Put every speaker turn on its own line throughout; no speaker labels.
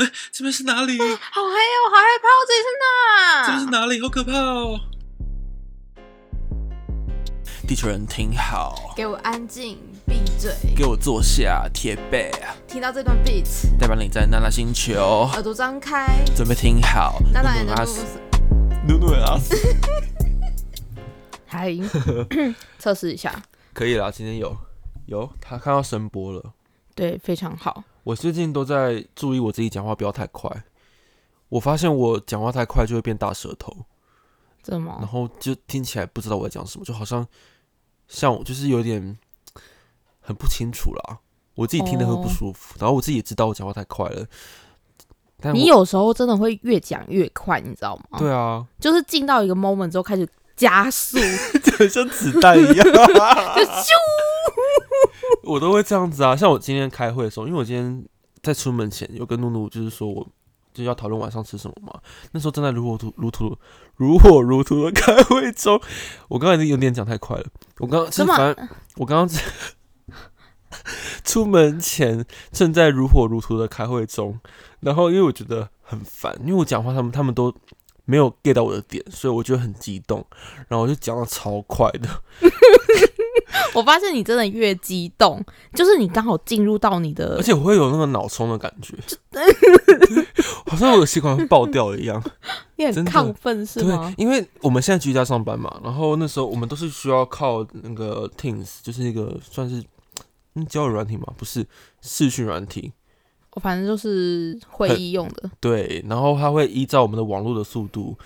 哎，这边是哪里？这
好黑哦，好害怕，我这里是哪？
边是哪里？好可怕哦！地球人听好，
给我安静，闭嘴！
给我坐下，铁背，
听到这段 beat，
代表你在娜娜星球，
耳朵张开，
准备听好。
娜娜也
努努
能
阿
录
斯，努努阿 斯，
嗨， 测试一下，
可以啦，今天有有，他看到声波了。
对，非常好。
我最近都在注意我自己讲话不要太快，我发现我讲话太快就会变大舌头。
怎
然
么？
后就听起来不知道我在讲什么，就好像像我就是有点很不清楚啦，我自己听的会不
哦
舒服，然后我自己也知道我讲话太快了，但
你
我
有时候真的会越讲越快，你知道吗？，
对啊，
就是进到一个 moment 之后开始 加速，
就很像子弹一样，
就咻，
我都会这样子啊。像我今天开会的时候，因为我今天在出门前有跟露露就是说我。就要讨论晚上吃什么嘛？那时候正在如火如如荼、如火如荼的开会中，我刚才有点讲太快了。我刚刚
什
就是反
么
正？我刚刚 出门前正在如火如荼的开会中，然后因为我觉得很烦，因为我讲话他们他们都没有 get 到我的点，所以我觉得很激动，然后我就讲的超快的，
我发现你真的越激动，就是你刚好进入到你的
而，且我会有那个脑充的感觉，好像我的血管会爆掉一样。
你很
真的
亢奋 是
对
吗，？
因为我们现在居家上班嘛，然后那时候我们都是需要靠那个 Teams，就是一个算是嗯交友软体嘛，不是视讯软体，
我反正就是会议用的，
对，然后它会依照我们的网络的速度，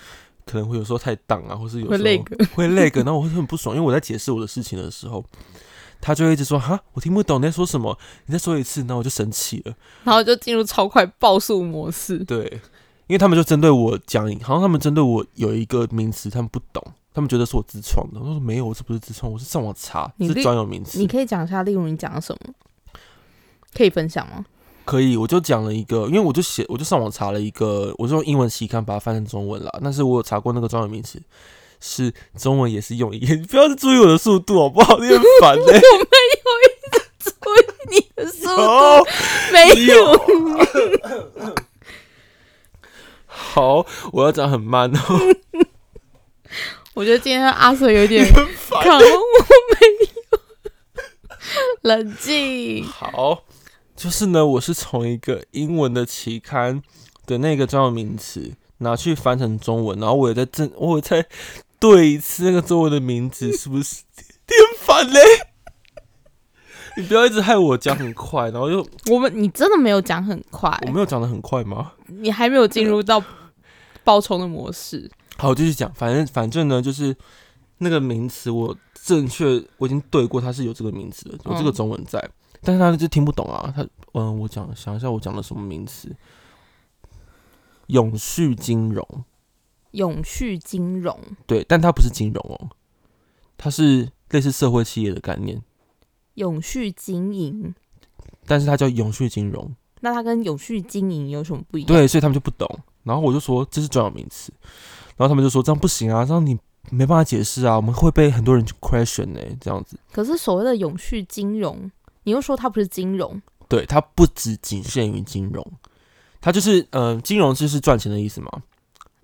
可能会有时候太档啊，或是 有时
会
候
累个。
会累个，然后我会很不爽，因为我在解释我的事情的时候，他就会一直说哈，我听不懂你在说什么，你再说一次，然后我就生气了。
然后就进入超快爆速模式。
对，因为他们就针对我讲，好像他们针对我有一个名词，他们不懂，他们觉得是我自创的。我说没有，我这不是自创，我是上网查，
你
是
立
专有名词。
你可以讲一下，例如你讲了什么，可以分享 吗？
可以，我就讲了一个，因为我就写，我就上网查了一个，我就用英文期刊把它翻成中文啦。但是我有查过那个专有名词，是中文也是用一样。 你不要注意我的速度好不好？你很烦欸嘞、
我没有一直注意你的 速
哦
度，，没
你
有。
哦有。啊 好，我要讲很慢哦。
我觉得今天阿 Sir 有点
烦
扛，我没有。冷静，
好，就是呢，我是从一个英文的期刊的那个专有名词拿去翻成中文，然后我也在正，我也在对一次那个中文的名字是不是颠反嘞？你不要一直害我讲很快，然后又
我们你真的没有讲很快，
我没有讲的很快吗？
你还没有进入到爆冲的模式。
好，我继续讲，反正反正呢，就是那个名词我正确我已经对过，它是有这个名字的，有这个
嗯
中文在，但是他就听不懂啊。他嗯，我讲想一下我讲的什么名词，永续金融，
永续金融，
对，但它不是金融哦，它是类似社会企业的概念，
永续经营，
但是它叫永续金融，
那它跟永续经营有什么不一样？
对，所以他们就不懂。然后我就说这是专有名词，然后他们就说这样不行啊，这样你没办法解释啊，我们会被很多人去 question 呢、这样子。
可是所谓的永续金融，你又说它不是金融，
对，它不只仅限于金融，它就是嗯、呃金融就是赚钱的意思嘛。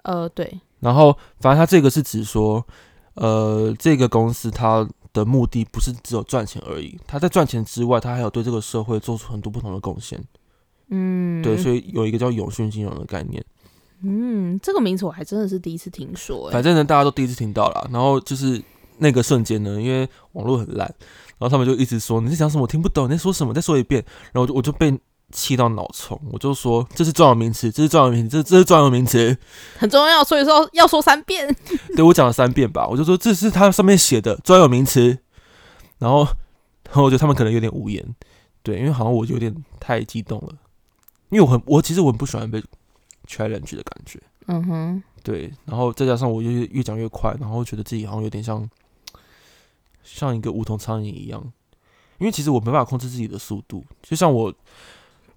呃，对，
然后，反正它这个是指说，呃，这个公司它的目的不是只有赚钱而已，它在赚钱之外，它还有对这个社会做出很多不同的贡献。
嗯，
对，所以有一个叫永续金融的概念。
嗯，这个名词我还真的是第一次听说、
反
欸，
正呢，大家都第一次听到啦。然后就是那个瞬间呢，因为网络很烂，然后他们就一直说你在讲什么，我听不懂，你在说什么，再说一遍。然后我就我就被气到脑充，我就说这是专有名词，这是专有名词，这这是专有名词。
很重要，所以说要说三遍。
对我讲了三遍吧，我就说这是它上面写的专有名词。然后，然后我觉得他们可能有点无言，对，因为好像我有点太激动了，因为我很我其实我很不喜欢被 challenge 的感觉。
嗯哼，
对，然后再加上我就越越讲越快，然后觉得自己好像有点像像一个无头苍蝇一样，因为其实我没办法控制自己的速度，就像我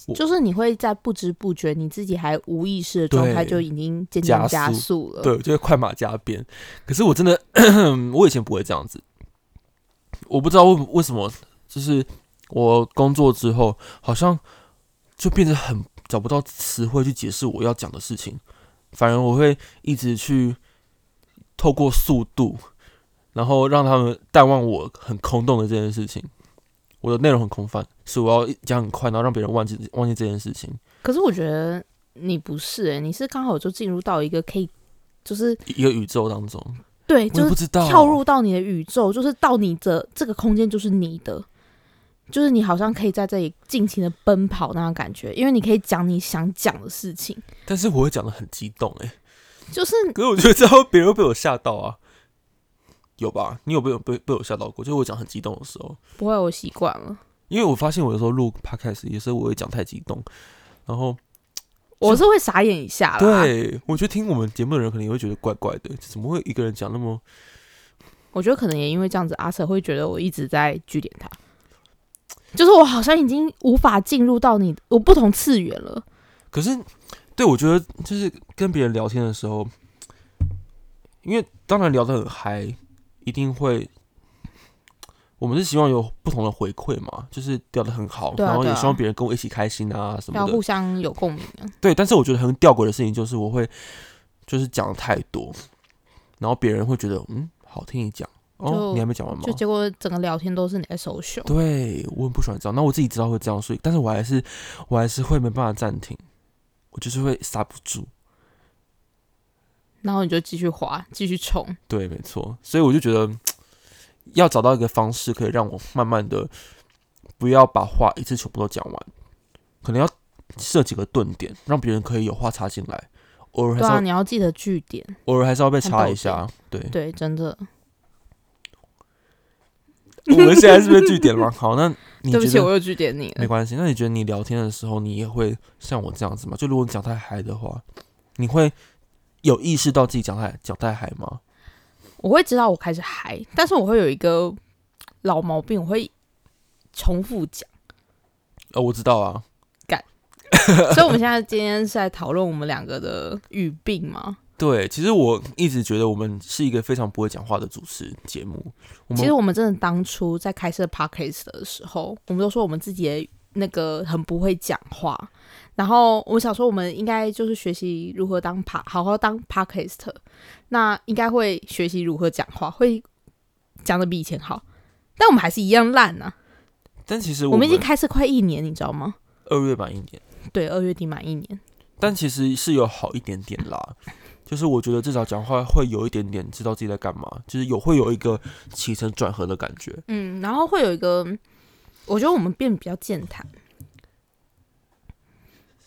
我
就是你会在不知不觉，你自己还无意识的状态
对
就已经渐渐
加
加
速
速了。
对，就会快马加鞭。可是我真的，我以前不会这样子，我不知道为为什么，就是我工作之后好像就变得很找不到词汇去解释我要讲的事情，反而我会一直去透过速度，然后让他们淡忘我很空洞的这件事情。我的内容很空泛，是我要讲很快，然后让别人忘记忘记这件事情。
可是我觉得你不是、欸，你是刚好就进入到一个可以，就是
一个宇宙当中，
对，
我
就
也
是
不知道
跳入到你的宇宙，就是到你的这个空间就是你的，就是你好像可以在这里尽情的奔跑那种感觉，因为你可以讲你想讲的事情，
但是我会讲的很激动哎、
就是
可是我觉得这样别人会被我吓到啊，有吧？你有被被被我吓到过？就是我讲很激动的时候，
不会，我习惯了，
因为我发现我有时候录 podcast 有时候我会讲太激动，然后
我是会傻眼一下啦。，
对我觉得听我们节目的人可能也会觉得怪怪的，怎么会一个人讲那么？
我觉得可能也因为这样子，阿瑟会觉得我一直在据点他，就是我好像已经无法进入到你我不同次元了。
可是对我觉得就是跟别人聊天的时候，因为当然聊得很嗨，一定会。我们是希望有不同的回馈嘛，就是聊得很好，
对啊
然后
对
也
啊
希望别人跟我一起开心啊什么
要
的。
互相有共鸣啊！
对，但是我觉得很吊诡的事情就是我会就是讲得太多，然后别人会觉得嗯好听你讲哦
就，
你还没讲完吗
就？结果整个聊天都是你在手秀，
嗯对我很不喜欢这样，那我自己知道会这样，所以但是我还是我还是会没办法暂停，我就是会刹不住。
然后你就继续滑，继续冲。
对，没错，所以我就觉得要找到一个方式，可以让我慢慢的不要把话一次全部都讲完，可能要设几个顿点，让别人可以有话插进来，偶尔还
对
是要、
啊，你要记得据点。
偶尔还是要被
很
插
抱
一下。对，
对，真的。
我们现在是不是据点了？好，那你
对不
觉
起，我
得
又据点你
没
了。
关系？那你觉得你聊天的时候，你也会像我这样子吗？就如果你讲太嗨的话，你会有意识到自己讲太讲太嗨吗？
我会知道我开始嗨，但是我会有一个老毛病，我会重复讲。
哦，我知道啊，
所以我们现在今天是在讨论我们两个的语病吗？
对，其实我一直觉得我们是一个非常不会讲话的主持节目。我
其实
们
我们真的当初在开设 podcast 的时候，我们都说我们自己的那个很不会讲话，然后我想说我们应该就是学习如何当 pa 好好当 podcast，那应该会学习如何讲话，会讲的比以前好，但我们还是一样烂啊！
但其实
我们已经开设快一年，你知道吗？
二月满一点，
对，二月底满一年。
但其实是有好一点点啦。就是我觉得至少讲话会有一点点知道自己在干嘛，就是有会有一个起承转合的感觉。
嗯，然后会有一个，我觉得我们变得比较健谈，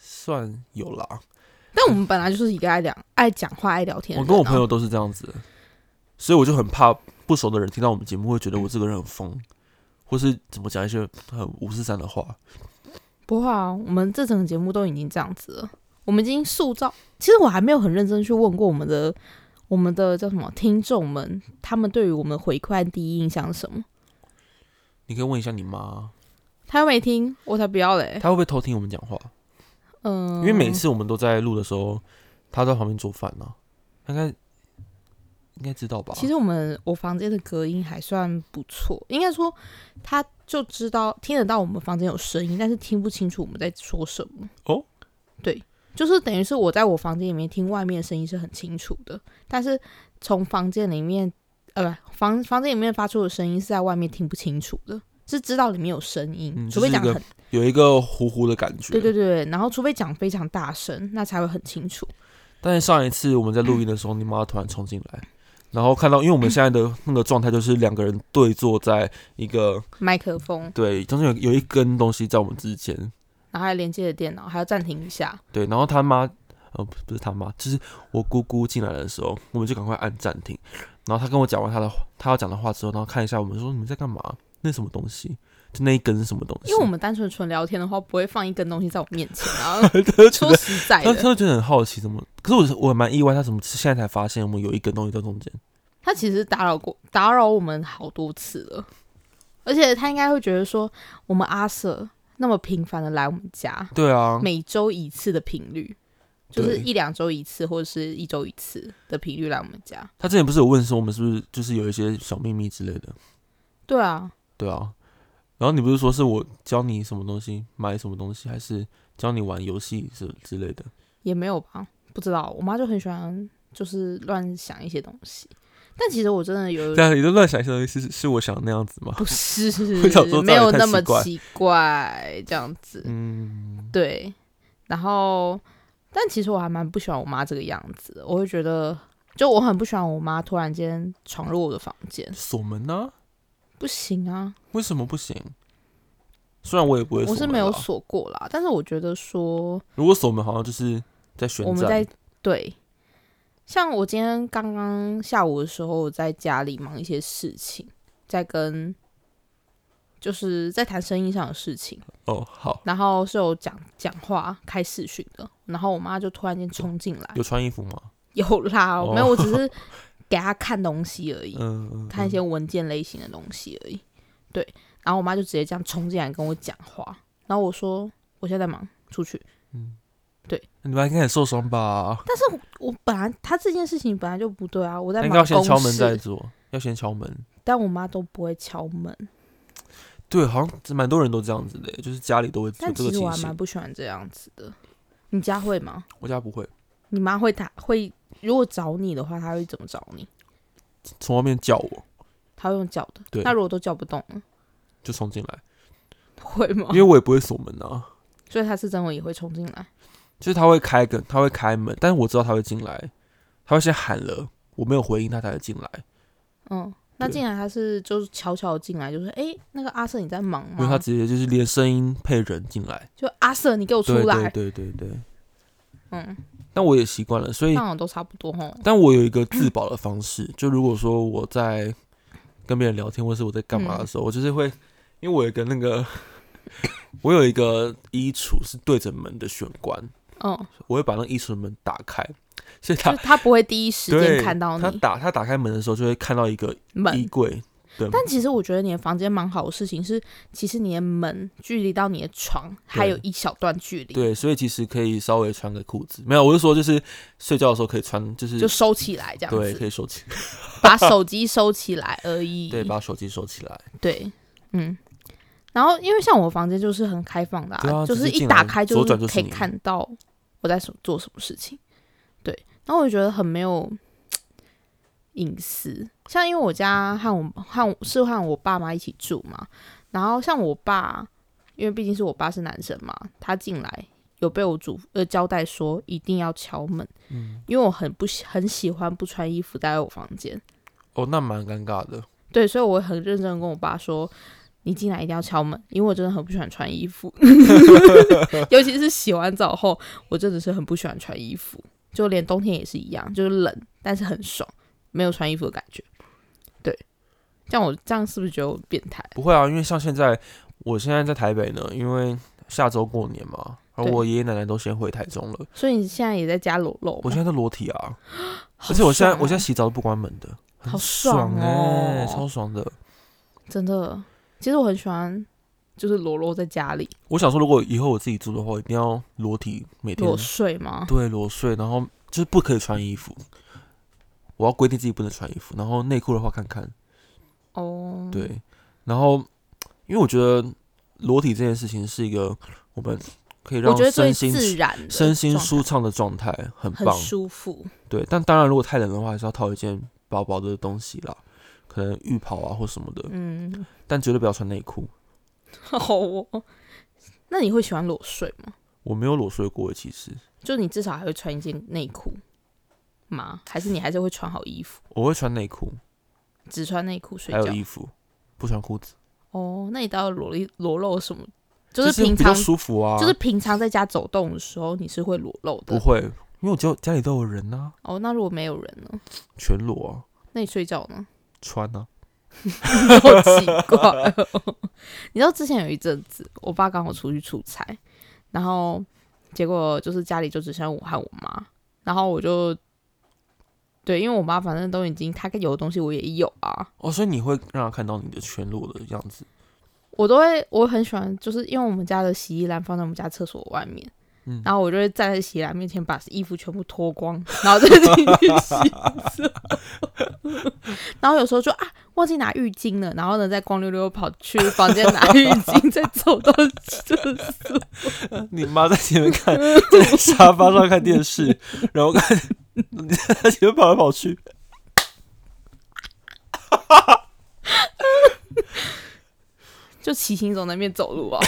算有啦，
但我们本来就是一个爱讲爱讲话、爱聊天的
我
人啊。
跟我朋友都是这样子，所以我就很怕不熟的人听到我们节目会觉得我这个人很疯，或是怎么讲一些很五四三的话。
不会啊，我们这整个节目都已经这样子了，我们已经塑造。其实我还没有很认真去问过我们的我们的叫什么听众们，他们对于我们回馈和第一印象是什么？
你可以问一下你妈，
他又没听，我才不要嘞。
她会不会偷听我们讲话？
哎嗯、
因为每次我们都在录的时候，他在旁边做饭呢、他应该应该知道吧？
其实我们我房间的隔音还算不错，应该说他就知道听得到我们房间有声音，但是听不清楚我们在说什么。
哦，
对，就是等于是我在我房间里面听外面的声音是很清楚的，但是从房间里面呃不房房间里面发出的声音是在外面听不清楚的，是知道里面有声音，
嗯
除非
就是
讲
一个嗯
很
有一个糊糊的感觉。
对对对，然后除非讲非常大声，那才会很清楚。
但是上一次我们在录音的时候，你妈突然冲进来，然后看到，因为我们现在的那个状态就是两个人对坐在一个
麦克风，
对中间有有一根东西在我们之间，
然后还连接着电脑，还要暂停一下。
对，然后他妈呃不不是他妈，就是我姑姑进来的时候，我们就赶快按暂停。然后他跟我讲完他的话他要讲的话之后，然后看一下我们说你们在干嘛？那什么东西？就那一根是什么东西？
因为我们单纯纯聊天的话，不会放一根东西在我面前啊。
们
说实在
他他
的，
会觉得很好奇，怎么？可是我我蛮意外，他怎么现在才发现我们有一根东西在中间？
他其实打扰过打扰我们好多次了，而且他应该会觉得说，我们阿瑟那么频繁的来我们家，
对啊，
每周一次的频率，就是
对
一两周一次或者是一周一次的频率来我们家。
他之前不是有问说我们是不是就是有一些小秘密之类的？
对啊，
对啊，然后你不是说是我教你什么东西，买什么东西，还是教你玩游戏之之类的。
也没有吧，不知道。我妈就很喜欢，就是乱想一些东西。但其实我真的有，
但你啊都乱想一些东西，是是我想的那样子吗？
不是
我想说
没有那么
这样也太
奇怪这样子。
嗯，
对，然后，但其实我还蛮不喜欢我妈这个样子的，我会觉得，就我很不喜欢我妈突然间闯入我的房间，
锁门呢、
不行啊，
为什么不行？虽然我也不会，
我是没有。锁过啦，但是我觉得说
如果锁门，好像就是在旋
我们
转。
在对。像我今天刚刚下午的时候，我在家里忙一些事情，在跟就是在谈生意上的事情，
哦，好，
然后是有讲讲话开视讯的，然后我妈就突然间冲进来，
有穿衣服吗？
有啦，
哦
没有，我只是给他看东西而已，
嗯，嗯
看一些文件类型的东西而已。对，然后我妈就直接这样冲进来跟我讲话，然后我说我现在在忙，出去。
你们应该很受伤吧？
但是我我本来她这件事情本来就不对啊，我在
应
忙
该要先
公
敲门
事
再做，要先敲门。
但我妈都不会敲门，
对，好像蛮多人都这样子的，就是家里都会有
但
这
其
个
实
情
我还蛮
形。
不喜欢这样子的。你家会吗？
我家不会，
你妈会打会？如果找你的话，她会怎么找你？
从外面叫我
她会用叫的。
对
那如果都叫不动呢，
就冲进来，
会吗
因？为我也不会锁门啊。
所以她是真的也会冲进来。
就是他会开个，他会开门，但是我知道他会进来，他会先喊了，我没有回应他才会进来，
嗯，那
对
进来他是就是悄悄进来，就是诶，那个阿瑟你在忙
因为他
吗？
直接就是连声音配人进来，
就阿瑟你给我出
对对
来，
对对对。
嗯，
但我也习惯了，所以
那种都差不多吼。
但我有一个自保的方式，就如果说我在跟别人聊天，或是我在干嘛
嗯
的时候，我就是会，因为我有一个那个， 我有一个衣橱是对着门的玄关，
嗯，
我会把那个衣橱的门打开，所以
就
他
是他不会第一 时
对
间看到
他
你
打他打开门的时候，就会看到一个衣
门。
柜的
但其实我觉得你的房间蛮好的事情是，其实你的门距离到你的床还有一小段距离，
对，所以其实可以稍微穿个裤子，没有，我是说就是睡觉的时候可以穿，就是
就收起来这样
对，
子，
可以收起，
把手机收起来而已。
对，把手机收起来，
对，嗯。然后，因为像我房间就是很开放的、
对啊
就
直
是
接进
一
来
打开
左
就
转
是
就是
可以
你
看到我在什做什么事情。对，然后我就觉得很没有嗯隐私。像因为我家和我和我是和我爸妈一起住嘛，然后像我爸，因为毕竟是我爸是男生嘛，他进来有被我嘱呃交代说一定要敲门，
嗯
因为我很不喜很喜欢不穿衣服待在我房间。
哦，那蛮尴尬的，
对，所以我很认真地跟我爸说，你进来一定要敲门，因为我真的很不喜欢穿衣服， 尤其是洗完澡后，我真的是很不喜欢穿衣服，就连冬天也是一样，就是冷，但是很爽，没有穿衣服的感觉。对，这样我这样是不是觉得我变态？
不会啊，因为像现在，我现在在台北呢，因为下周过年嘛，然后
对
我爷爷奶奶都先回台中了，
所以你现在也在家裸露
我
吗，
现在都裸体啊，
好
而且我现在
爽哦哦
我现在洗澡都不关门的，很
好
爽
爽
哎、
哦
超爽的。
真的，其实我很喜欢。就是裸露在家里
我想说，如果以后我自己住的话，一定要裸体，每天
裸睡吗？
对，裸睡，然后就是不可以穿衣服。我要规定自己不能穿衣服，然后内裤的话看看，
哦，
对，然后因为我觉得裸体这件事情是一个我们可以
我
让
觉得最
身心
自然的
身心
状态
舒畅的状态，很
很
棒，
舒服，
对。但当然，如果太冷的话，还是要套一件薄薄的东西啦，可能浴袍啊或什么的，
嗯，
但绝对不要穿内裤。
好哦，那你会喜欢裸睡吗？
我没有裸睡过，欸其实
就你至少还会穿一件内裤吗？还是你还是会穿好衣服，
我会穿内裤，
只穿内裤睡
还有
觉？
衣服，不穿裤子，
哦，那你到底裸一裸露什么？就
就是
平
比较
常
舒服啊，
就是平常在家走动的时候，你是会裸露
不
的。
会，因为我家家里都有人呐、
哦，那如果没有人呢？
全裸啊，
那你睡觉呢？
穿啊，
好奇怪哦！你知道之前有一阵子，我爸刚好出去出差，然后结果就是家里就只剩我和我妈，然后我就对，因为我妈反正都已经她有的东西我也有啊，
哦，所以你会让他看到你的全裸的样子，
我都会我很喜欢，就是因为我们家的洗衣篮放在我们家厕所外面，
嗯
然后我就会站在洗衣篮面前把衣服全部脱光，然后再进去洗手。然后有时候就啊，忘记拿浴巾了，然后呢再光溜溜跑去房间拿浴巾，再走到厕所。
你妈在前面看， 在沙发上看电视，然后看你在 前面跑来跑去。
就骑行走在那边走路哦，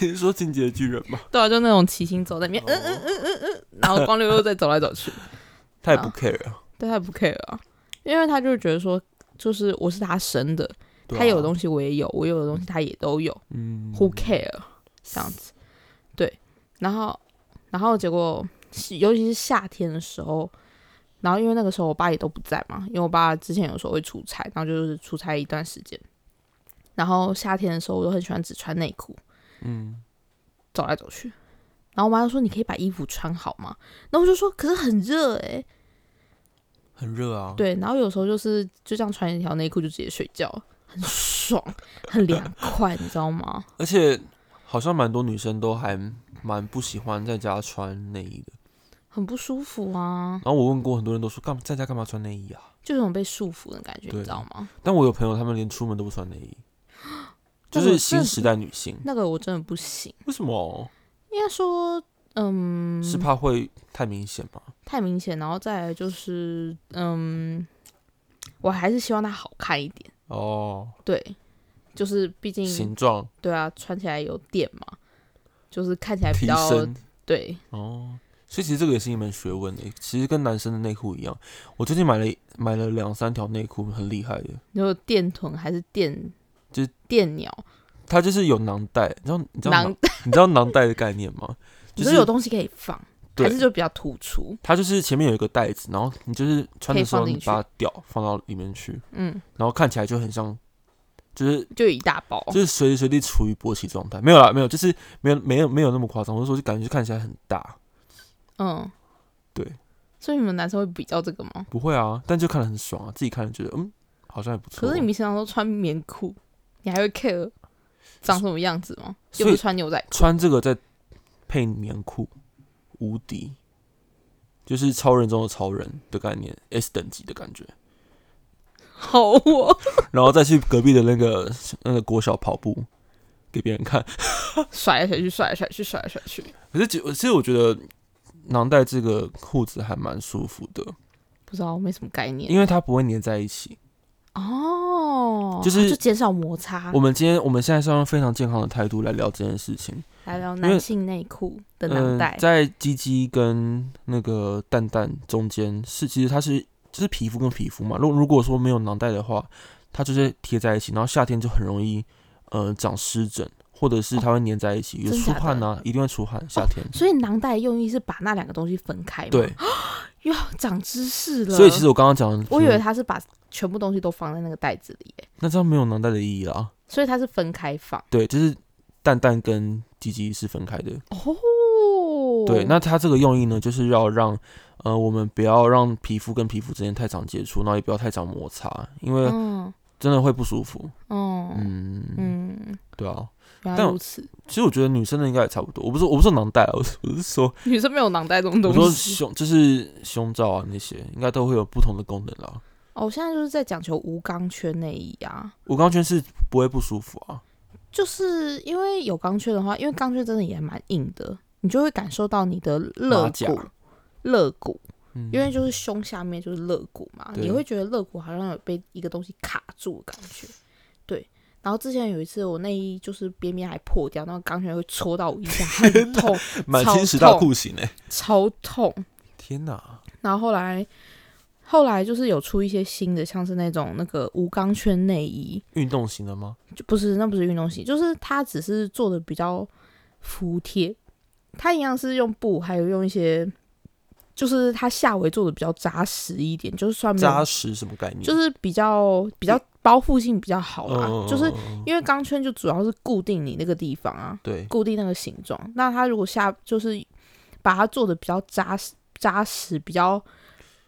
你是说进击的巨人吗？
对啊，就那种骑行走在那边，嗯嗯嗯嗯嗯，然后光溜溜在走来走去，
他也不 care 啊，
对他也不 care 啊，因为他就是觉得说，就是我是他生的，
对啊
他有的东西我也有，我有的东西他也都有、
嗯
w h o care 这样子，对，然后然后结果是尤其是夏天的时候，然后因为那个时候我爸也都不在嘛，因为我爸之前有时候会出差，然后就是出差一段时间，然后夏天的时候我都很喜欢只穿内裤，
嗯，
走来走去。然后我妈就说：“你可以把衣服穿好吗？”然后我就说：“可是很热诶、
很热啊。，
对，然后有时候就是就这样穿一条内裤就直接睡觉，很爽，很凉快，你知道吗？
而且好像蛮多女生都还蛮不喜欢在家穿内衣的。
很不舒服啊，
然后我问过很多人都说，干在家干嘛穿内衣啊？
就有种被束缚的感觉，
对
你知道吗？
但我有朋友他们连出门都不穿内衣，就
那我
是
真
新
的
时代女性。
那个我真的不行，
为什么？
应该说，嗯，
是怕会太明显吗？
太明显。然后再来就是，嗯，我还是希望它好看一点，
哦，
对，就是毕竟
形状
对啊，穿起来有点嘛，就是看起来比
提
较
升
对，
哦。所以其实这个也是一门学问的，欸其实跟男生的内裤一样。我最近买了买了两三条内裤，很厉害的。
你有电臀还是电，
就是
电鸟
它就是有囊袋，你知道你知道
囊
囊，你知道囊袋的概念吗？
你
就
说有
是
东西可以放，还
对
是，就比较突出？
它就是前面有一个袋子，然后你就是穿
可以
的时候
放进
你
去
把它掉放到里面去，
嗯，
然后看起来就很像，就是
就有一大包。
就是随时随地处于勃起状态。没有啦，没有，就是没有没有没有那么夸张。我是说，就感觉就看起来很大，
嗯，
对。
所以你们男生会比较这个吗？
不会啊，但就看得很爽啊，自己看了觉得嗯，好像也不错。
可是你们平常都穿棉裤，你还会 care 长什么样子吗？
所
又
以
不是穿牛仔裤。
穿这个再配棉裤，无敌，就是超人中的超人的概念，S 等级的感觉。
好哦，
然后再去隔壁的那个那个国小跑步给别人看。
甩来甩去，甩来甩去，甩来甩去。
可是其其实我觉得囊袋这个裤子还蛮舒服的，
不知道，没什么概念。
因为它不会粘在一起。
哦，
就是
就减少摩擦
我。们今天我们现在是要用非常健康的态度来聊这件事情。
来聊
因为
男性内裤的囊
嗯、
袋，
在鸡鸡跟那个蛋蛋中间是，其实它是就是皮肤跟皮肤嘛。如如果说没有囊袋的话，它就是贴在一起，然后夏天就很容易呃长湿疹，或者是它会粘在一起，有
真
出
假的
汗啊，一定会出汗。夏 天，
所以囊袋的用意是把那两个东西分开嘛？
对，
哟，长知识了。
所以其实我刚刚讲的，嗯
我以为他是把全部东西都放在那个袋子里耶，
那这样没有囊袋的意义啦。
所以它是分开放。
对，就是蛋蛋跟鸡鸡是分开的。
哦，
对，那它这个用意呢，就是要让呃我们不要让皮肤跟皮肤之间太常接触，然后也不要太常摩擦，因为
嗯
真的会不舒服。
嗯
嗯，
嗯，
对啊。
原来
但
如此。
其实我觉得女生的应该也差不多。我不是我不是说囊袋啊， 我是我是说
女生没有囊袋这种
我说
东西。
胸就是胸罩啊那些，应该都会有不同的功能啦。
哦，我现在就是在讲求无钢圈内衣啊，
无钢圈是不会不舒服啊。
就是因为有钢圈的话，因为钢圈真的也蛮硬的，你就会感受到你的
马
肋
甲
骨。肋骨，
嗯，
因为就是胸下面就是肋骨嘛，
对
你会觉得肋骨好像有被一个东西卡住的感觉，对。然后之前有一次我内衣就是边边还破掉，那个钢圈会戳到我一下，很痛，
满
超
清十大
痛
酷刑哎、
超痛。
天哪！
然后后来后来就是有出一些新的，像是那种那个无钢圈内衣，
运动型的吗？
就不是那不是运动型，就是它只是做的比较服帖，它一样是用布，还有用一些，就是它下围做的比较扎实一点，就是算没有
扎实什么概念？
就是比较比较包覆性比较好啦，
嗯
就是因为钢圈就主要是固定你那个地方啊，
对，
固定那个形状。那它如果下就是把它做的比较扎实、扎实、比较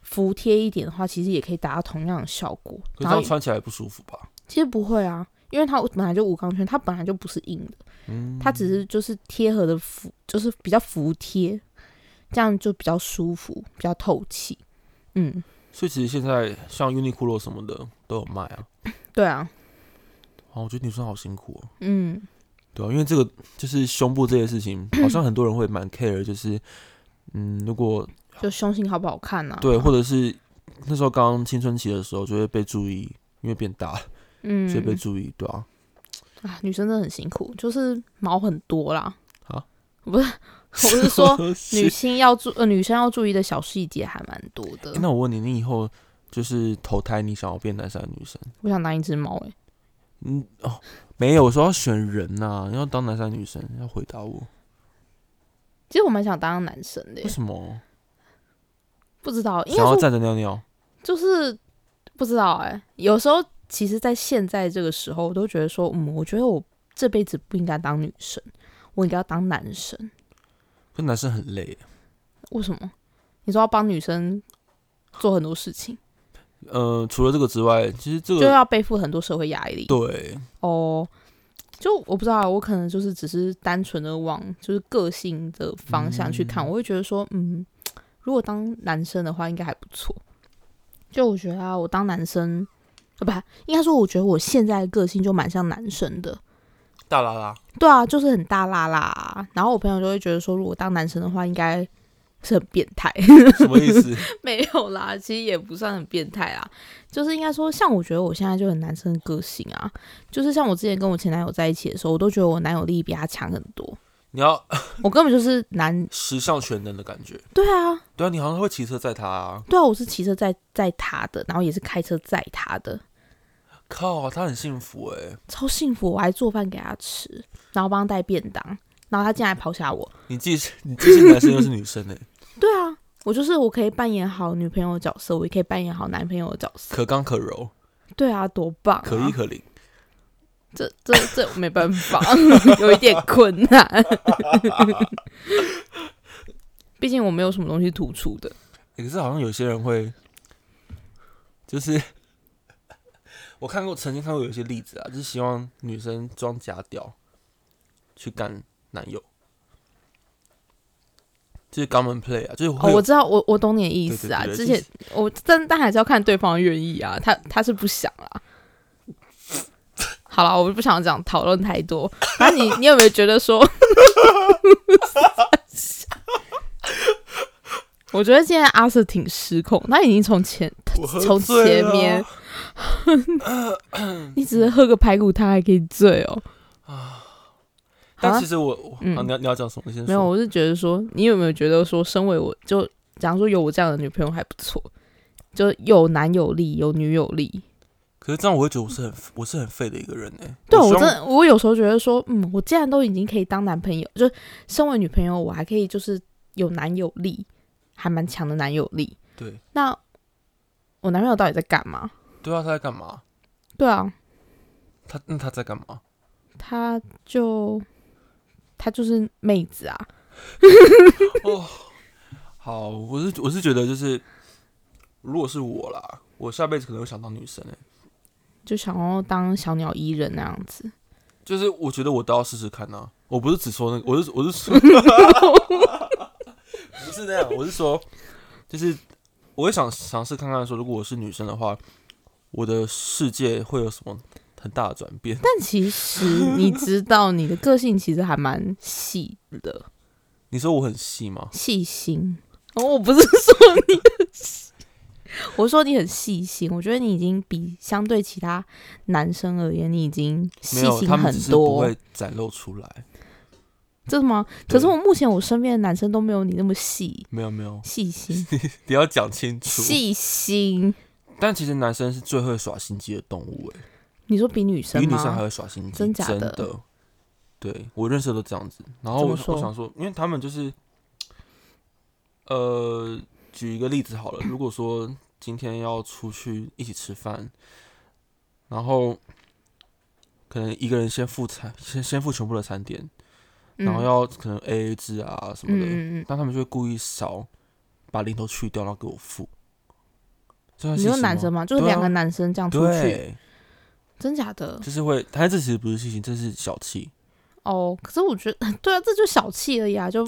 服帖一点的话，其实也可以达到同样的效果。
可是这
然后
样穿起来不舒服吧？
其实不会啊，因为它本来就无钢圈，它本来就不是硬的，
嗯
它只是就是贴合的服，就是比较服帖，这样就比较舒服，比较透气。嗯，
所以其实现在像 Uniqlo 什么的都有卖啊。
对啊，
啊，我觉得女生好辛苦哦、
嗯，
对啊，因为这个就是胸部这件事情，好像很多人会蛮 care，就是嗯，如果
就胸型好不好看啊？
对，或者是那时候刚青春期的时候就会被注意，因为变大了，
嗯，
所以被注意，对啊，
啊，女生真的很辛苦，就是毛很多啦。
啊，
不是， 我是 说
什么事
女性要注呃女生要注意的小细节还蛮多的
欸。那我问你，你以后就是投胎，你想要变男生还是女生？
我想当一只猫诶，
嗯，哦，没有，我说要选人呐、你要当男生还是女生？要回答我，
其实我蛮想当男生的
为
欸，
什么？
不知道，应
想
该
要
说
站着尿尿？
就是不知道诶，有时候其实，在现在这个时候，我都觉得说，嗯，我觉得我这辈子不应该当女生，我应该要当男生。
可男生很累，
为什么？你说要帮女生做很多事情，
呃，除了这个之外，其实这
就
个
要背负很多社会压力。
对，
哦，就我不知道，啊我可能就是只是单纯的往就是个性的方向去看，我会觉得说，嗯，如果当男生的话，应该还不错。就我觉得啊，我当男生，啊，不，应该说，我觉得我现在的个性就蛮像男生的。
大拉拉，
对啊，就是很大啦啦。然后我朋友就会觉得说，如果当男生的话，应该是很变态。
什么意思？
没有啦，其实也不算很变态啦，就是应该说，像我觉得我现在就很男生的个性啊，就是像我之前跟我前男友在一起的时候，我都觉得我男友力比他强很多，
你要
我根本就是男，
十项全能的感觉。
对啊，
对啊，你好像会骑车载他啊！
对啊，我是骑车载载他的，然后也是开车载他的，
靠，他很幸福哎、
超幸福，我还做饭给他吃，然后帮他带便当，然后他竟然还抛下我，
你既是 你既是男生又是女生哎、
对啊，我就是我可以扮演好女朋友的角色，我也可以扮演好男朋友的角色，
可刚可柔，
对啊，多棒、啊，
可一可零。
这这这我没办法， 有一点困难。毕竟我没有什么东西突出的，
欸可是好像有些人会，就是我看过，曾经看过有一些例子啊，就是希望女生装假屌去干男友，就是肛门 play 啊，就是会
哦，
有、
我知道，我我懂你的意思啊。
对对对
之前我但但还是要看对方愿意啊，他他是不想啊。好了，我不想讲讨论太多。反正你你有没有觉得说， 我觉得今天阿瑟挺失控，他已经从前
我喝
从
醉
前
了啊
面，啊你只是喝个排骨汤还可以醉哦。好
啊但
啊
其，实我我、啊、
嗯
你要你要讲什么？你先
没有，
说，
我是觉得说，你有没有觉得说，身为我就假如说有我这样的女朋友还不错，就有男友力，有女友力。
可是这样我会觉得我是很我是很废的一个人哎、
对啊
希
我真
望
的，我有时候觉得说，嗯，我既然都已经可以当男朋友，就是身为女朋友，我还可以就是有男友力，还蛮强的男友力。
对
那我男朋友到底在干嘛？
对啊，他在干嘛？
对啊，
他那他在干嘛？
他就他就是妹子啊，
哦，好，我是我是觉得就是，如果是我啦，我下辈子可能会想当女生哎、
就想要当小鸟依人那样子。
就是我觉得我都要试试看呐、啊我不是只说那个，我是我是说， 不是那样，我是说，就是我会想尝试看看说，如果我是女生的话，我的世界会有什么很大的转变？
但其实你知道，你的个性其实还蛮细的，
你说我很细吗？
细心。哦，我不是说你很细，我说你很细心。我觉得你已经比相对其他男生而言，你已经
没
细
有，
心
他们
很
只是不
多，
会展露出来。
真的吗？
对
可是我目前我身边的男生都没有你那么细
没有没有，
细心
你要讲清楚。
细心。
但其实男生是最会耍心机的动物、欸，
你说比女
比
生
女生还
吗？
会耍心机，
真假的
的对我认识的都这样子。然后我
怎么
想我
说
想说，因为他们就是，呃，举一个例子好了，如果说今天要出去一起吃饭，然后可能一个人先付餐，先先付全部的餐点，然后
嗯
要可能 A A 制啊什么的，
嗯嗯
但他们就会故意少把零头去掉，然后给我付。这算
嗯，你
细
说
心
男
吗
生吗？就是
对啊
两个男生这样出去，
对，
真假的
就是会，但这其实不是细心，这是小气。
哦。可是我觉得， 对啊，这就小气而已啊，就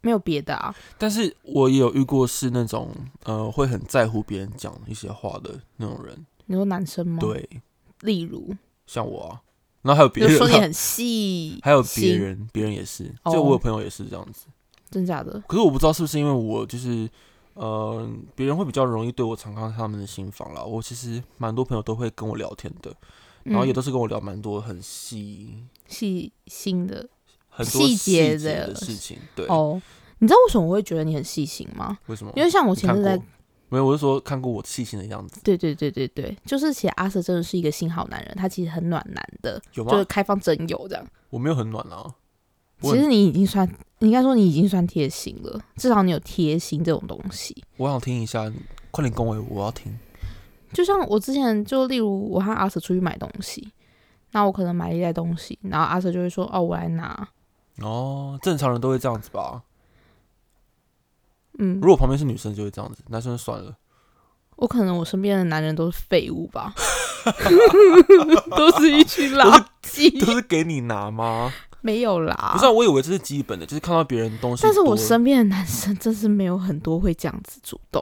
没有别的啊。
但是我也有遇过是那种呃会很在乎别人讲一些话的那种人，
你说男生吗？，
对，
例如
像我啊，然后还有别
就
人
说
啊，
你很细，
还有别
心，
人，别人也是，
哦
就我有朋友也是这样子。
真假的？
可是我不知道是不是因为我就是，呃，别人会比较容易对我敞开他们的心房啦。我其实蛮多朋友都会跟我聊天的，然后也都是跟我聊蛮多很细、
嗯细心的
很多
细节
节
的
的事情。对，
哦。你知道为什么我会觉得你很细心吗？
为什么？
因为像我
你
前
看
阵在
过没有，我是说看过我细心的样子，
对对对对对，就是其实阿蛇真的是一个心好男人，他其实很暖男的，
有
就是
吗？
开放真友这样。
我没有很暖啊，我
其实你已经算，你应该说你已经算贴心了，至少你有贴心这种东西。
我想听一下，快点恭维我，我要听。
就像我之前就例如我和阿蛇出去买东西，那我可能买了一袋东西，然后阿蛇就会说：“哦，我来拿。
哦，正常人都会这样子吧？”
嗯
如，果旁边是女生就会这样子，男生就算了。
我可能我身边的男人都是废物 吧，都是一群垃圾，
都是给你拿吗？
没有啦
不。是、啊，我以为这是基本的，就是看到别人东西多。
但是我身边的男生真是没有很多会这样子主动，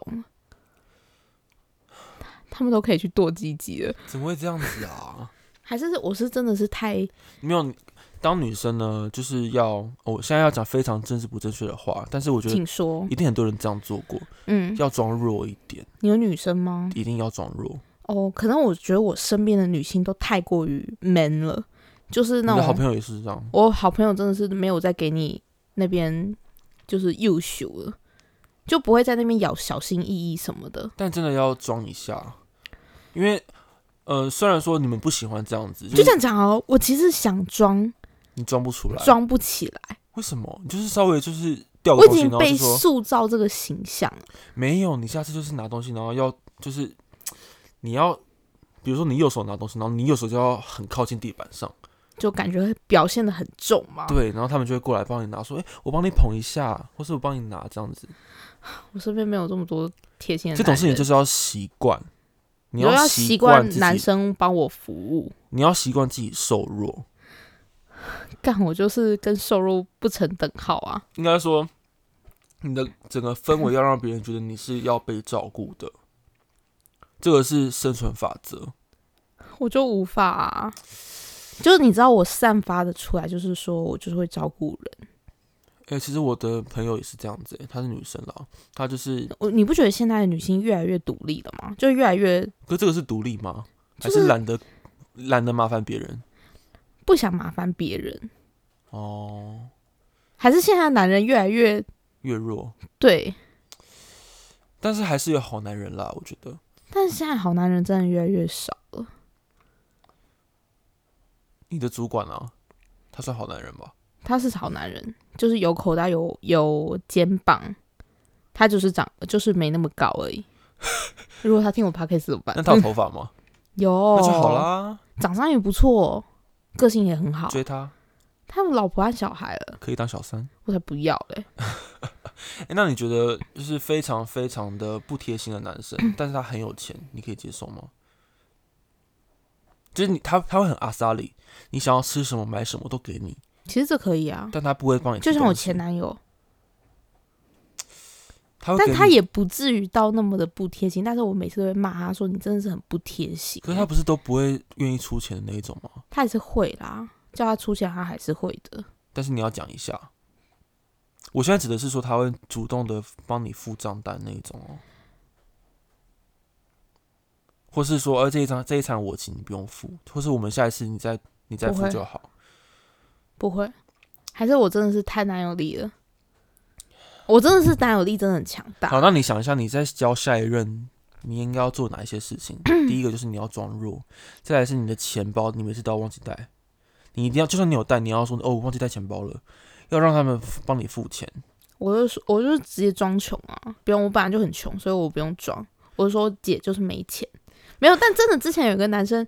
他们都可以去剁鸡鸡了。
怎么会这样子啊？
还是我是真的是太
没有，当女生呢，就是要我、哦、现在要讲非常政治不正确的话，但是我觉得
请说
一，定很多人这样做过，
嗯，
要装弱一点，
你有女生吗？
一定要装弱。
哦，可能我觉得我身边的女性都太过于 man 了，就是
你
那
的好
种
朋友也是这样，
我好朋友真的是没有在给你那边就是优秀了，就不会在那边咬小心翼翼什么的。
但真的要装一下，因为呃，虽然说你们不喜欢这样子，
就这
是
样讲哦，我其实想装
你装不出来，
装不起来，
为什么？你就是稍微就是掉个
我已
东西，
经
然后
被
就说
塑造这个形象了。
没有，你下次就是拿东西，然后要就是你要，比如说你右手拿东西，然后你右手就要很靠近地板上。
哦就感觉表现的很重嘛。
对，然后他们就会过来帮你拿，说：“哎、我帮你捧一下，或是我帮你拿这样子。
我身边没有这么多贴心”的
这种事情
男
就是要习惯，你
人我要
习
惯
自
男
己，
生帮我服务。
你要习惯自己瘦弱。
干，我就是跟瘦肉不成等号啊！
应该说，你的整个氛围要让别人觉得你是要被照顾的，这个是生存法则。
我就无法、啊，就是你知道我散发的出来，就是说我就是会照顾人。
哎、其实我的朋友也是这样子、诶她是女生啦，她就是，
我你不觉得现在的女性越来越独立了吗？就越来越
可这个是独立吗？还
就是
是懒得懒得麻烦别人？
不想麻烦别人，
哦，
还是现在的男人越来越
越弱，
对？
但是还是有好男人啦，我觉得。
但是现在好男人真的越来越少了。
你的主管啊，他算好男人吧？
他是好男人，就是有口袋有有肩膀，他就是长就是没那么高 而已。如果他听我 podcast 怎么办
那？他有头发吗？
有，
那就好，啦，
长相也不错，个性也很好。
追他
他有老婆和小孩了，
可以当小三。
我才不要嘞！
哎、那你觉得就是非常非常的不贴心的男生，但是他很有钱，你可以接受吗？就是你他他会很阿萨里，你想要吃什么买什么都给你，
其实这可以啊，
但他不会帮你提
就
东西。
像我前男友，
他会给
但
你，
他也不至于到那么的不贴心。但是我每次都会骂他说：“你真的是很不贴心。”欸
可是他不是都不会愿意出钱的那一种吗？
他还是会啦，叫他出钱他还是会的。
但是你要讲一下，我现在指的是说他会主动的帮你付账单那一种哦，或是说，呃，这一场这一场我请你不用付，或是我们下一次你再你再
不
付
会
就好。
不会，还是我真的是太男友力了。我真的是男友力真的很强大，
好，那你想一下，你在教下一任，你应该要做哪一些事 情？第一个就是你要装弱，再来是你的钱包，你每次都要忘记带，你一定要，就算你有带，你要说哦，我忘记带钱包了，要让他们帮你付钱。
我就说，我就是直接装穷啊，不用，我本来就很穷，所以我不用装。我就说姐就是没钱，没有，但真的之前有一个男生，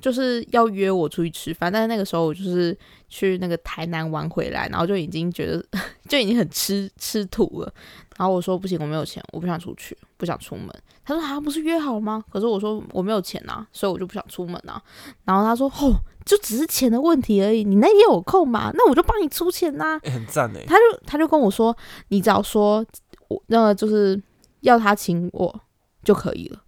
就是要约我出去吃饭，但是那个时候我就是去那个台南玩回来，然后就已经觉得 就已经很吃吃土了。然后我说不行，我没有钱，我不想出去，不想出门。他说啊，不是约好了吗？可是我说我没有钱啊，所以我就不想出门啊。然后他说哦，就只是钱的问题而已，你那天有空嘛？那我就帮你出钱呐、
欸很赞哎、
他就他就跟我说，你只要说我那个就是要他请我就可以了，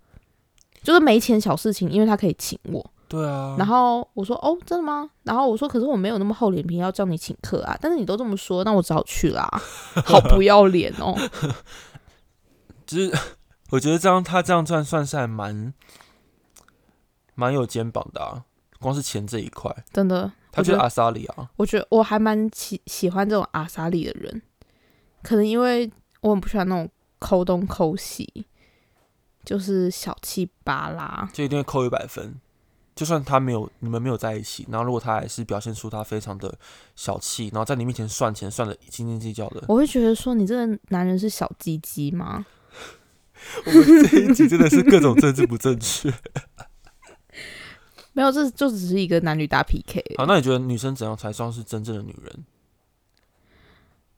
就是没钱小事情，因为他可以请我。
对啊，
然后我说哦，真的吗？然后我说可是我没有那么厚脸皮要叫你请客啊，但是你都这么说，那我只好去 啦，好不要脸哦。
就是 我觉得这样他这样算算是还蛮蛮有肩膀的啊，光是钱这一块，
真的，
他
我觉
就是
得
阿萨里啊，
我觉得我还蛮喜喜欢这种阿莎丽的人，可能因为我很不喜欢那种抠东抠西，就是小气巴拉。
就一定会扣一百分。就算他没有你们没有在一起，然后如果他还是表现出他非常的小气，然后在你面前算钱算的斤斤计较的，
我会觉得说，你这个男人是小鸡鸡吗？
我们这一集真的是各种政治不正 确。
没有，这就只是一个男女大 PK。
好，那你觉得女生怎样才算是真正的女人？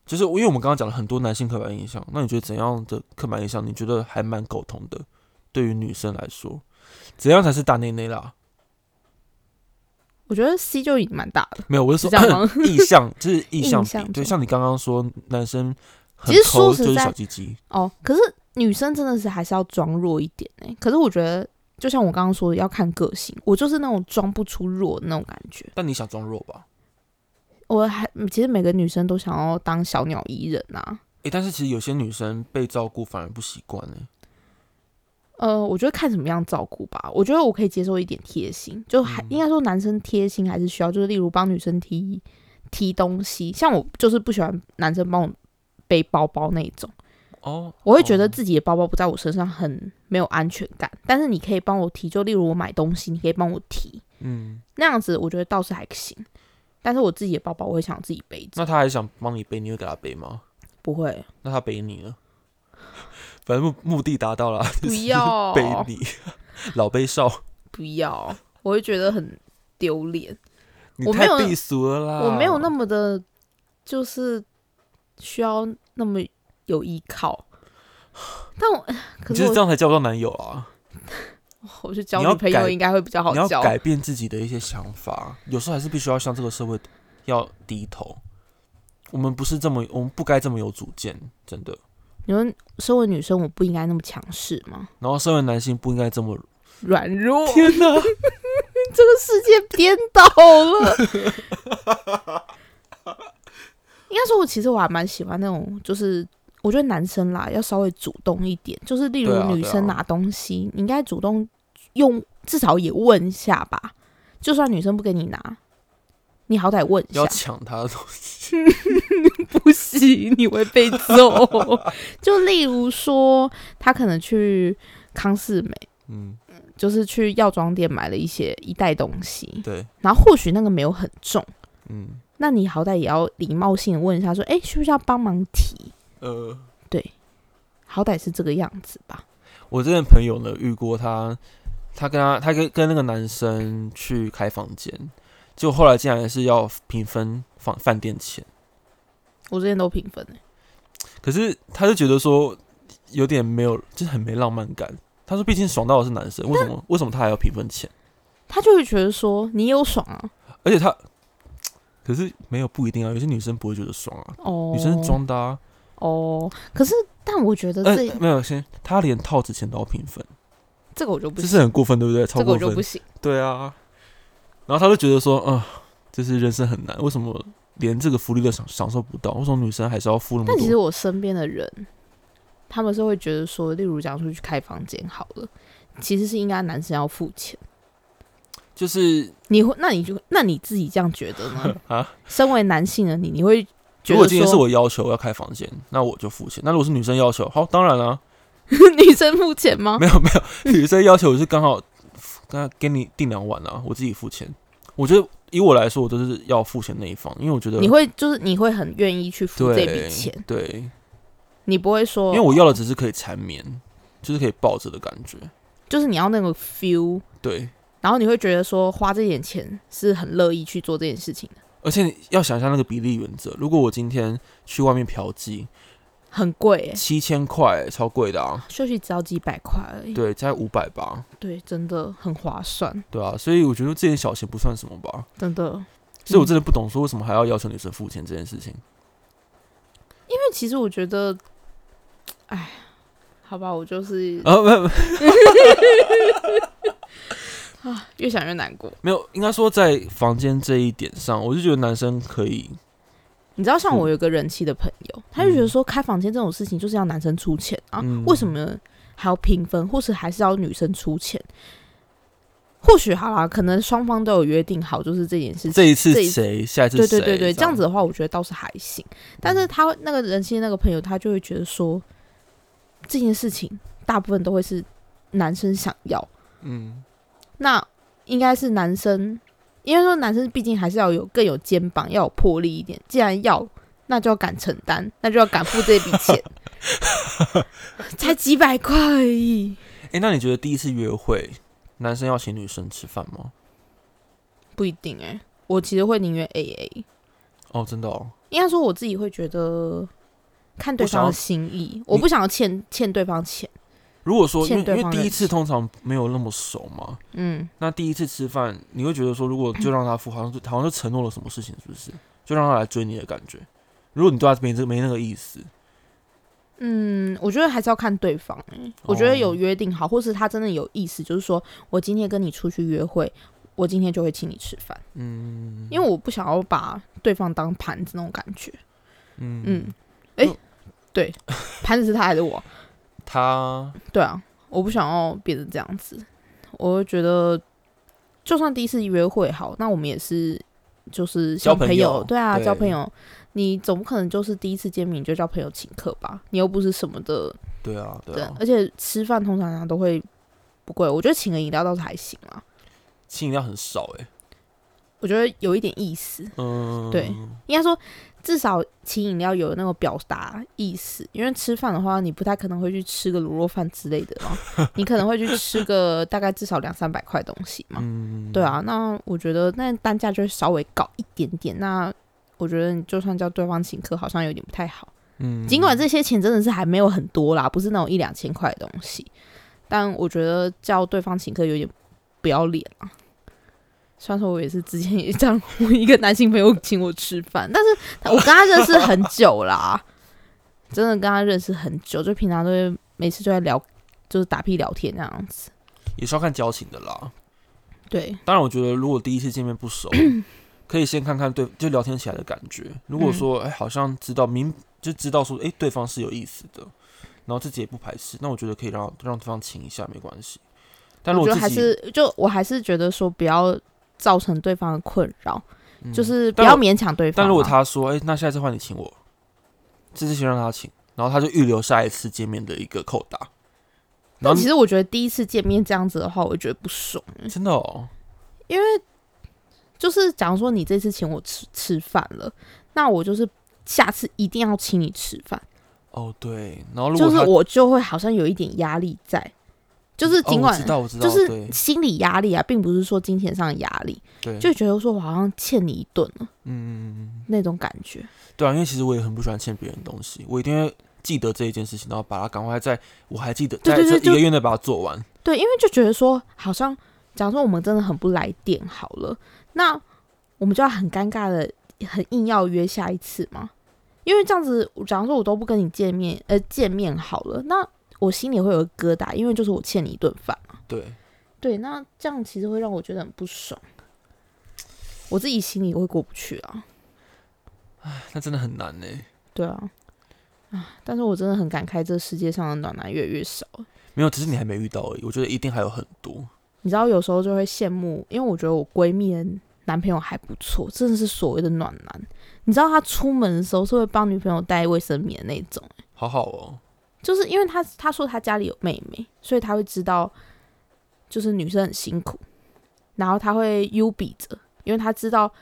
就是因为我们刚刚讲了很多男性刻板印象，那你觉得怎样的刻板印象你觉得还蛮苟同的？对于女生来说，怎样才是大内内啦？
我觉得 C 就已经蛮大的，
没有，我是
是这
说
样吗？
意向，就是意向
印象
比。对，
中
像你刚刚说，男生很
其实
抠
说
就
实
是
在
小鸡鸡，
哦，可是女生真的是还是要装弱一点哎、可是我觉得，就像我刚刚说的，要看个性。我就是那种装不出弱的那种感觉。
但你想装弱吧？
我还其实每个女生都想要当小鸟依人啊。
诶、但是其实有些女生被照顾反而不习惯呢。
呃，我觉得看怎么样照顾吧。我觉得我可以接受一点贴心，就还、
嗯
应该说男生贴心还是需要，就是例如帮女生提提东西，像我就是不喜欢男生帮我背包包那一种，
哦，
我会觉得
哦
自己的包包不在我身上很没有安全感。但是你可以帮我提，就例如我买东西，你可以帮我提，
嗯，
那样子我觉得倒是还行。但是我自己的包包，我会想自己背着，
那他还想帮你背，你会给他背吗？
不会，
那他背你了， 反正目目的达到了，啊
不要
背你，老背少，
不要，我会觉得很丢脸。
你
我
太
没有
避俗了啦，
我没有那么的，就是需要那么有依靠。但我可
你
是
就是
我
这样才交不到男友啊！
我去交
你要
女朋友
改
应该会比较好
你要
交。
改变自己的一些想法，有时候还是必须要向这个社会要低头。我们不是这么，我们不该这么有主见，真的。
你说身为女生，我不应该那么强势吗？
然后身为男性不应该这么，
软弱，
天哪！
这个世界颠倒了。应该说，我其实我还蛮喜欢那种，就是我觉得男生啦要稍微主动一点，就是例如
对啊
女生
对啊
拿东西，你应该主动用，至少也问一下吧。就算女生不给你拿，你好歹问一 下
要，抢他的东西，
不行，你会被揍。 就例如说，他可能去康士美，
嗯，
就是去药妆店买了一些一袋东西，
对，
然后或许那个没有很重。
嗯，
那你好歹也要礼貌性地问一下，说，哎、需不需要帮忙提？
呃，
好歹是这个样子吧。
我之前朋友呢遇过他，他跟他他跟跟那个男生去开房间，结果后来竟然是要平分房饭店钱，
我之前都评分、欸，
可是他就觉得说有点没有，就是很没浪漫感。他说毕竟爽到的是男生，为什么为什么他还要平分钱？
他就会觉得说你有爽啊，
而且他可是没有不一定啊，有些女生不会觉得爽啊，
哦，
女生是装的啊，
哦，可是但我觉得
呃
这、
没有先他连套子钱都要平分，
这个我就不
这
行，
是很过分对不对？超
这个
过
我就
分
不，行，
对啊，然后他就觉得说，啊、就是人生很难，为什么连这个福利都享享受不到？为什么女生还是要付那么
但其实
多？
我身边的人，他们是会觉得说，例如讲说去开房间好了，其实是应该男生要付钱。
就是
你会，那你就，那你自己这样觉得呢？
啊，
身为男性的你，你会觉
如果
得
今天是
说
我要求要开房间，那我就付钱；那如果是女生要求，好，当然啦、
女生付钱吗
没？有没有，女生要求我是刚好刚给你订两晚啊，我自己付钱。我觉得以我来说，我都是要付钱那一方，因为我觉得
你会就是你会很愿意去付这
对
笔钱，哦
对，
你不会
因
说，
为我要的只是可以缠绵，就是可以抱着的感觉。
就是你要那个 feel，
对，
然后你会觉得说花这点钱是很乐意去做这件事情的，
而且你要想一下那个比例原则，如果我今天去外面嫖妓，
很贵欸耶、
七千块超贵的啊，
休息只要几百块而已，
对，才五百吧，
对，真的很划算，
对啊，所以我觉得这些小钱不算什么吧。
真的。因
所以我真的不懂说为什么还要要求女生付钱这件事情。
为其实我觉得，哎，好吧，我就是
啊，没没
越想越难过。
没有，应该说在房间这一点上，我就觉得男生可以，
你知道，像
嗯
我有一个人气的朋友，他就觉得说开房间这种事情就是要男生出钱啊，
嗯
为什么还要平分，或是还是要女生出钱？或许好啦，可能双方都有约定好，就是这件事情。
这一次
这一
谁，下一次
对
谁，
对对对，这样
子，
子的话，我觉得倒是还行。但是他那个人气那个朋友，他就会觉得说，这件事情大部分都会是男生想要，
嗯，
那应该是男生，因为说男生毕竟还是要有更有肩膀，要有魄力一点。既然要，那就要敢承担，那就要敢付这笔 钱，才几百块而已，
哎、那你觉得第一次约会，男生要请女生吃饭吗？
不一定哎、我其实会宁愿 A A，
哦，真的哦，
应该说我自己会觉得看对
不想
方
要
的心意，我不想要欠欠对方钱。
如果说因
欠
为
对
因为
方
第一
人
次通常没有那么熟嘛，
嗯，
那第一次吃饭，你会觉得说，如果就让他付，好像就好像就承诺了什么事情，是不是？就让他来追你的感觉。如果你对他没这没那个意思，
嗯，我觉得还是要看对方、欸。我觉得
哦
有约定好，或是他真的有意思，就是说我今天跟你出去约会，我今天就会请你吃饭。
嗯
因为我不想要把对方当盘子那种感觉。
嗯
嗯，诶，
嗯
对，盘子是他还是我？
他
对啊，我不想要变成这样子。我就觉得，就算第一次约会好，那我们也是就是像
交朋
朋
友
对啊，
对
交朋友。你总不可能就是第一次见面你就叫朋友请客吧？你又不是什么的
对啊对
人
啊，，
而且吃饭通常都会不贵。我觉得请个饮料倒是还行啦，
亲饮料很少哎、
我觉得有一点意思。
嗯，
对应该说，至少请饮料有那个表达意思，因为吃饭的话，你不太可能会去吃个卤肉饭之类的嘛，你可能会去吃个大概至少两三百块东西嘛。
嗯，
对，啊，那我觉得那单价就会稍微高一点点。那我觉得你就算叫对方请客，好像有点不太好。
嗯，
尽管这些钱真的是还没有很多啦，不是那种一两千块的东西，但我觉得叫对方请客有点不要脸啊。虽然说我也是之前也这样，我一个男性朋友请我吃饭，但是他我跟他认识很久啦，真的跟他认识很久，就平常都会每次就在聊，就是打屁聊天那样子。
也是要看交情的啦。
对，
当然，我觉得如果第一次见面不 熟，可以先看看对就聊天起来的感觉。如果说
嗯
哎、好像知道明就知道说哎、对方是有意思的，然后自己也不排斥，那我觉得可以让让对方亲一下没关系。但如
我
果
觉
自
得
己
还是就我还是觉得说不要造成对方的困扰，
嗯
就是不
但
要
我
勉强对方啊。
但如果他说，哎、那下一次换你请我，这次先让他请，然后他就预留下一次见面的一个扣打。然后
但其
你
实我觉得第一次见面这样子的话，我会觉得不爽。
真的哦，
因为就是假如说你这次请我吃吃饭了，那我就是下次一定要请你吃饭，
哦对，然后如果
就是
他
我就会好像有一点压力在，就是尽
哦、
管、
我知道我知道，
就
对
是心理压力啊，并不是说金钱上的压力，
对，
就觉得说我好像欠你一顿了
嗯
那种感觉。
对啊，因为其实我也很不喜欢欠别人东西，我一定会记得这一件事情，然后把它赶快在我还记得
对
在这
对对
一个
就
月内把它做完。
对，因为就觉得说好像假如说我们真的很不来电好了，那我们就要很尴尬的很硬要约下一次嘛，因为这样子，假如说我都不跟你见面，呃，见面好了，那我心里会有个疙瘩，因为就是我欠你一顿饭嘛。
对，
对，那这样其实会让我觉得很不爽，我自己心里会过不去啊。
那真的很难呢。
对啊，啊，但是我真的很感慨，这世界上的暖男越来越少。
没有，只是你还没遇到而已。我觉得一定还有很多。
你知道有时候就会羡慕，因为我觉得我闺蜜的男朋友还不错，真的是所谓的暖男。你知道他出门的时候是会帮女朋友带卫生棉的那种，
好好哦，
就是因为他他说他家里有妹妹，所以他会知道就是女生很辛苦，然后他会优比着，因为他知道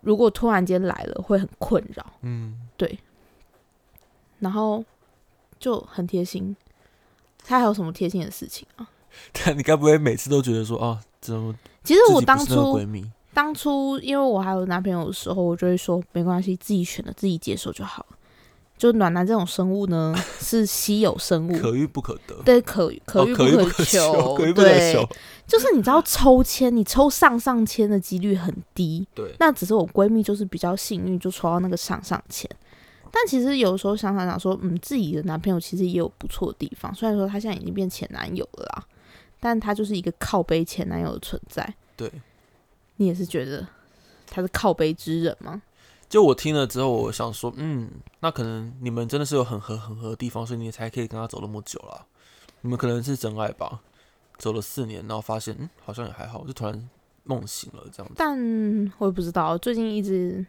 如果突然间来了会很困扰，
嗯，
然后就很贴心。他还有什么贴心的事情啊？
但你该不会每次都觉得说啊，怎么
其实
自己
我
不
当
是那个
初
闺蜜，
当初因为我还有男朋友的时候，我就会说没关系，自己选的自己接受就好了。就暖男这种生物 呢，是稀有生物，
可遇不可得，
对可可
哦
遇
可遇不
可
求，可遇不可
对，
求，
就是你知道抽签，你抽上上签的几率很低，
对，
那只是我闺蜜就是比较幸运，就抽到那个上上签。但其实有时候想想想说，嗯，自己的男朋友其实也有不错的地方，虽然说他现在已经变前男友了啦，但他就是一个靠背前男友的存在。
对，
你也是觉得他是靠背之人吗？
就我听了之后，我想说，嗯，那可能你们真的是有很合很合的地方，所以你才可以跟他走那么久啦。你们可能是真爱吧？走了四年，然后发现，嗯，好像也还好，就突然梦醒了这样子。
但我也不知道，最近一直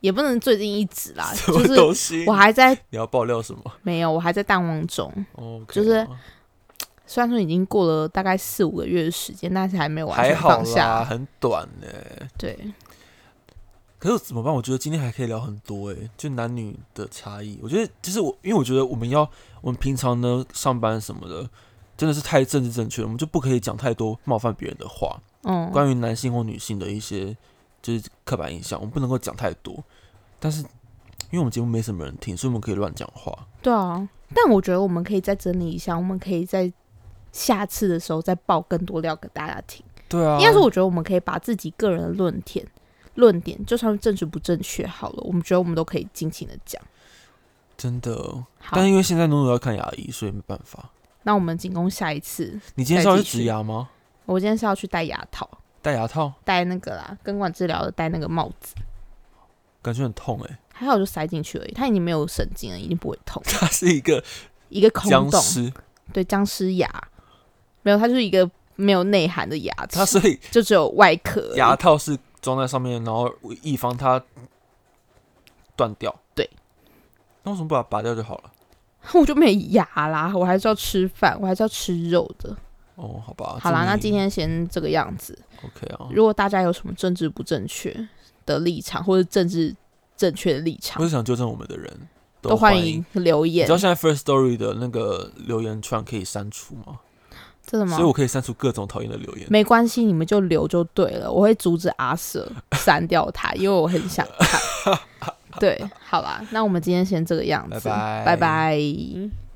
也不能最近一直 啦，
什
就
么
是
东西？
我还在
你要爆料什么
没有，我还在淡忘中。
？OK，
就是
啊
虽然说已经过了大概四五个月的时间，但是还没有完
还
全
好
放
啦，
下。
很短呢、
对，
可是怎么办？我觉得今天还可以聊很多哎、就男女的差异。我觉得就是我，因为我觉得我们要我们平常呢上班什么的，真的是太政治正确了，我们就不可以讲太多冒犯别人的话。
嗯，
关于男性或女性的一些就是刻板印象，我们不能够讲太多。但是因为我们节目没什么人听，所以我们可以乱讲话。
对啊，但我觉得我们可以再整理一下，我们可以在下次的时候再爆更多料给大家听。
对啊
应该说，我觉得我们可以把自己个人的论点、论点，就算正确不正确好了，我们觉得我们都可以尽情的讲。
真的，
好
但，因为现在努努要看牙医，所以没办法。
那我们进攻下一次。
你今天是要去
再继续
植牙吗？
我今天是要去戴牙套，
戴牙套
戴那个啦，根管治疗的戴那个帽子，
感觉很痛哎、
还好就塞进去而已，它已经没有神经了，已经不会痛。
它是一个
一个空
僵
洞，
尸，
对，僵尸牙，没有，它就是一个没有内涵的牙
它
齿，
所以
就只有外壳而已。
牙套是装在上面，然后以防它断掉。
对，
那为什么不把它拔掉就好了？
我就没牙啦，我还是要吃饭，我还是要吃肉的。
哦，好吧。
好啦，
祝
那
你
今天先这个样子。
OK 啊。
如果大家有什么政治不正确的立场，或者政治正确的立
我
场，
是想纠正我们的人，
都
欢
欢迎留
你
言
知道。现在 First Story 的那个留言串可以删除吗？
真的吗
所以？我可以删除各种讨厌的留言。
没关系，你们就留就对了。我会阻止阿舍删掉它，因为我很想看。对，好啦，那我们今天先这个样子，
拜拜
拜拜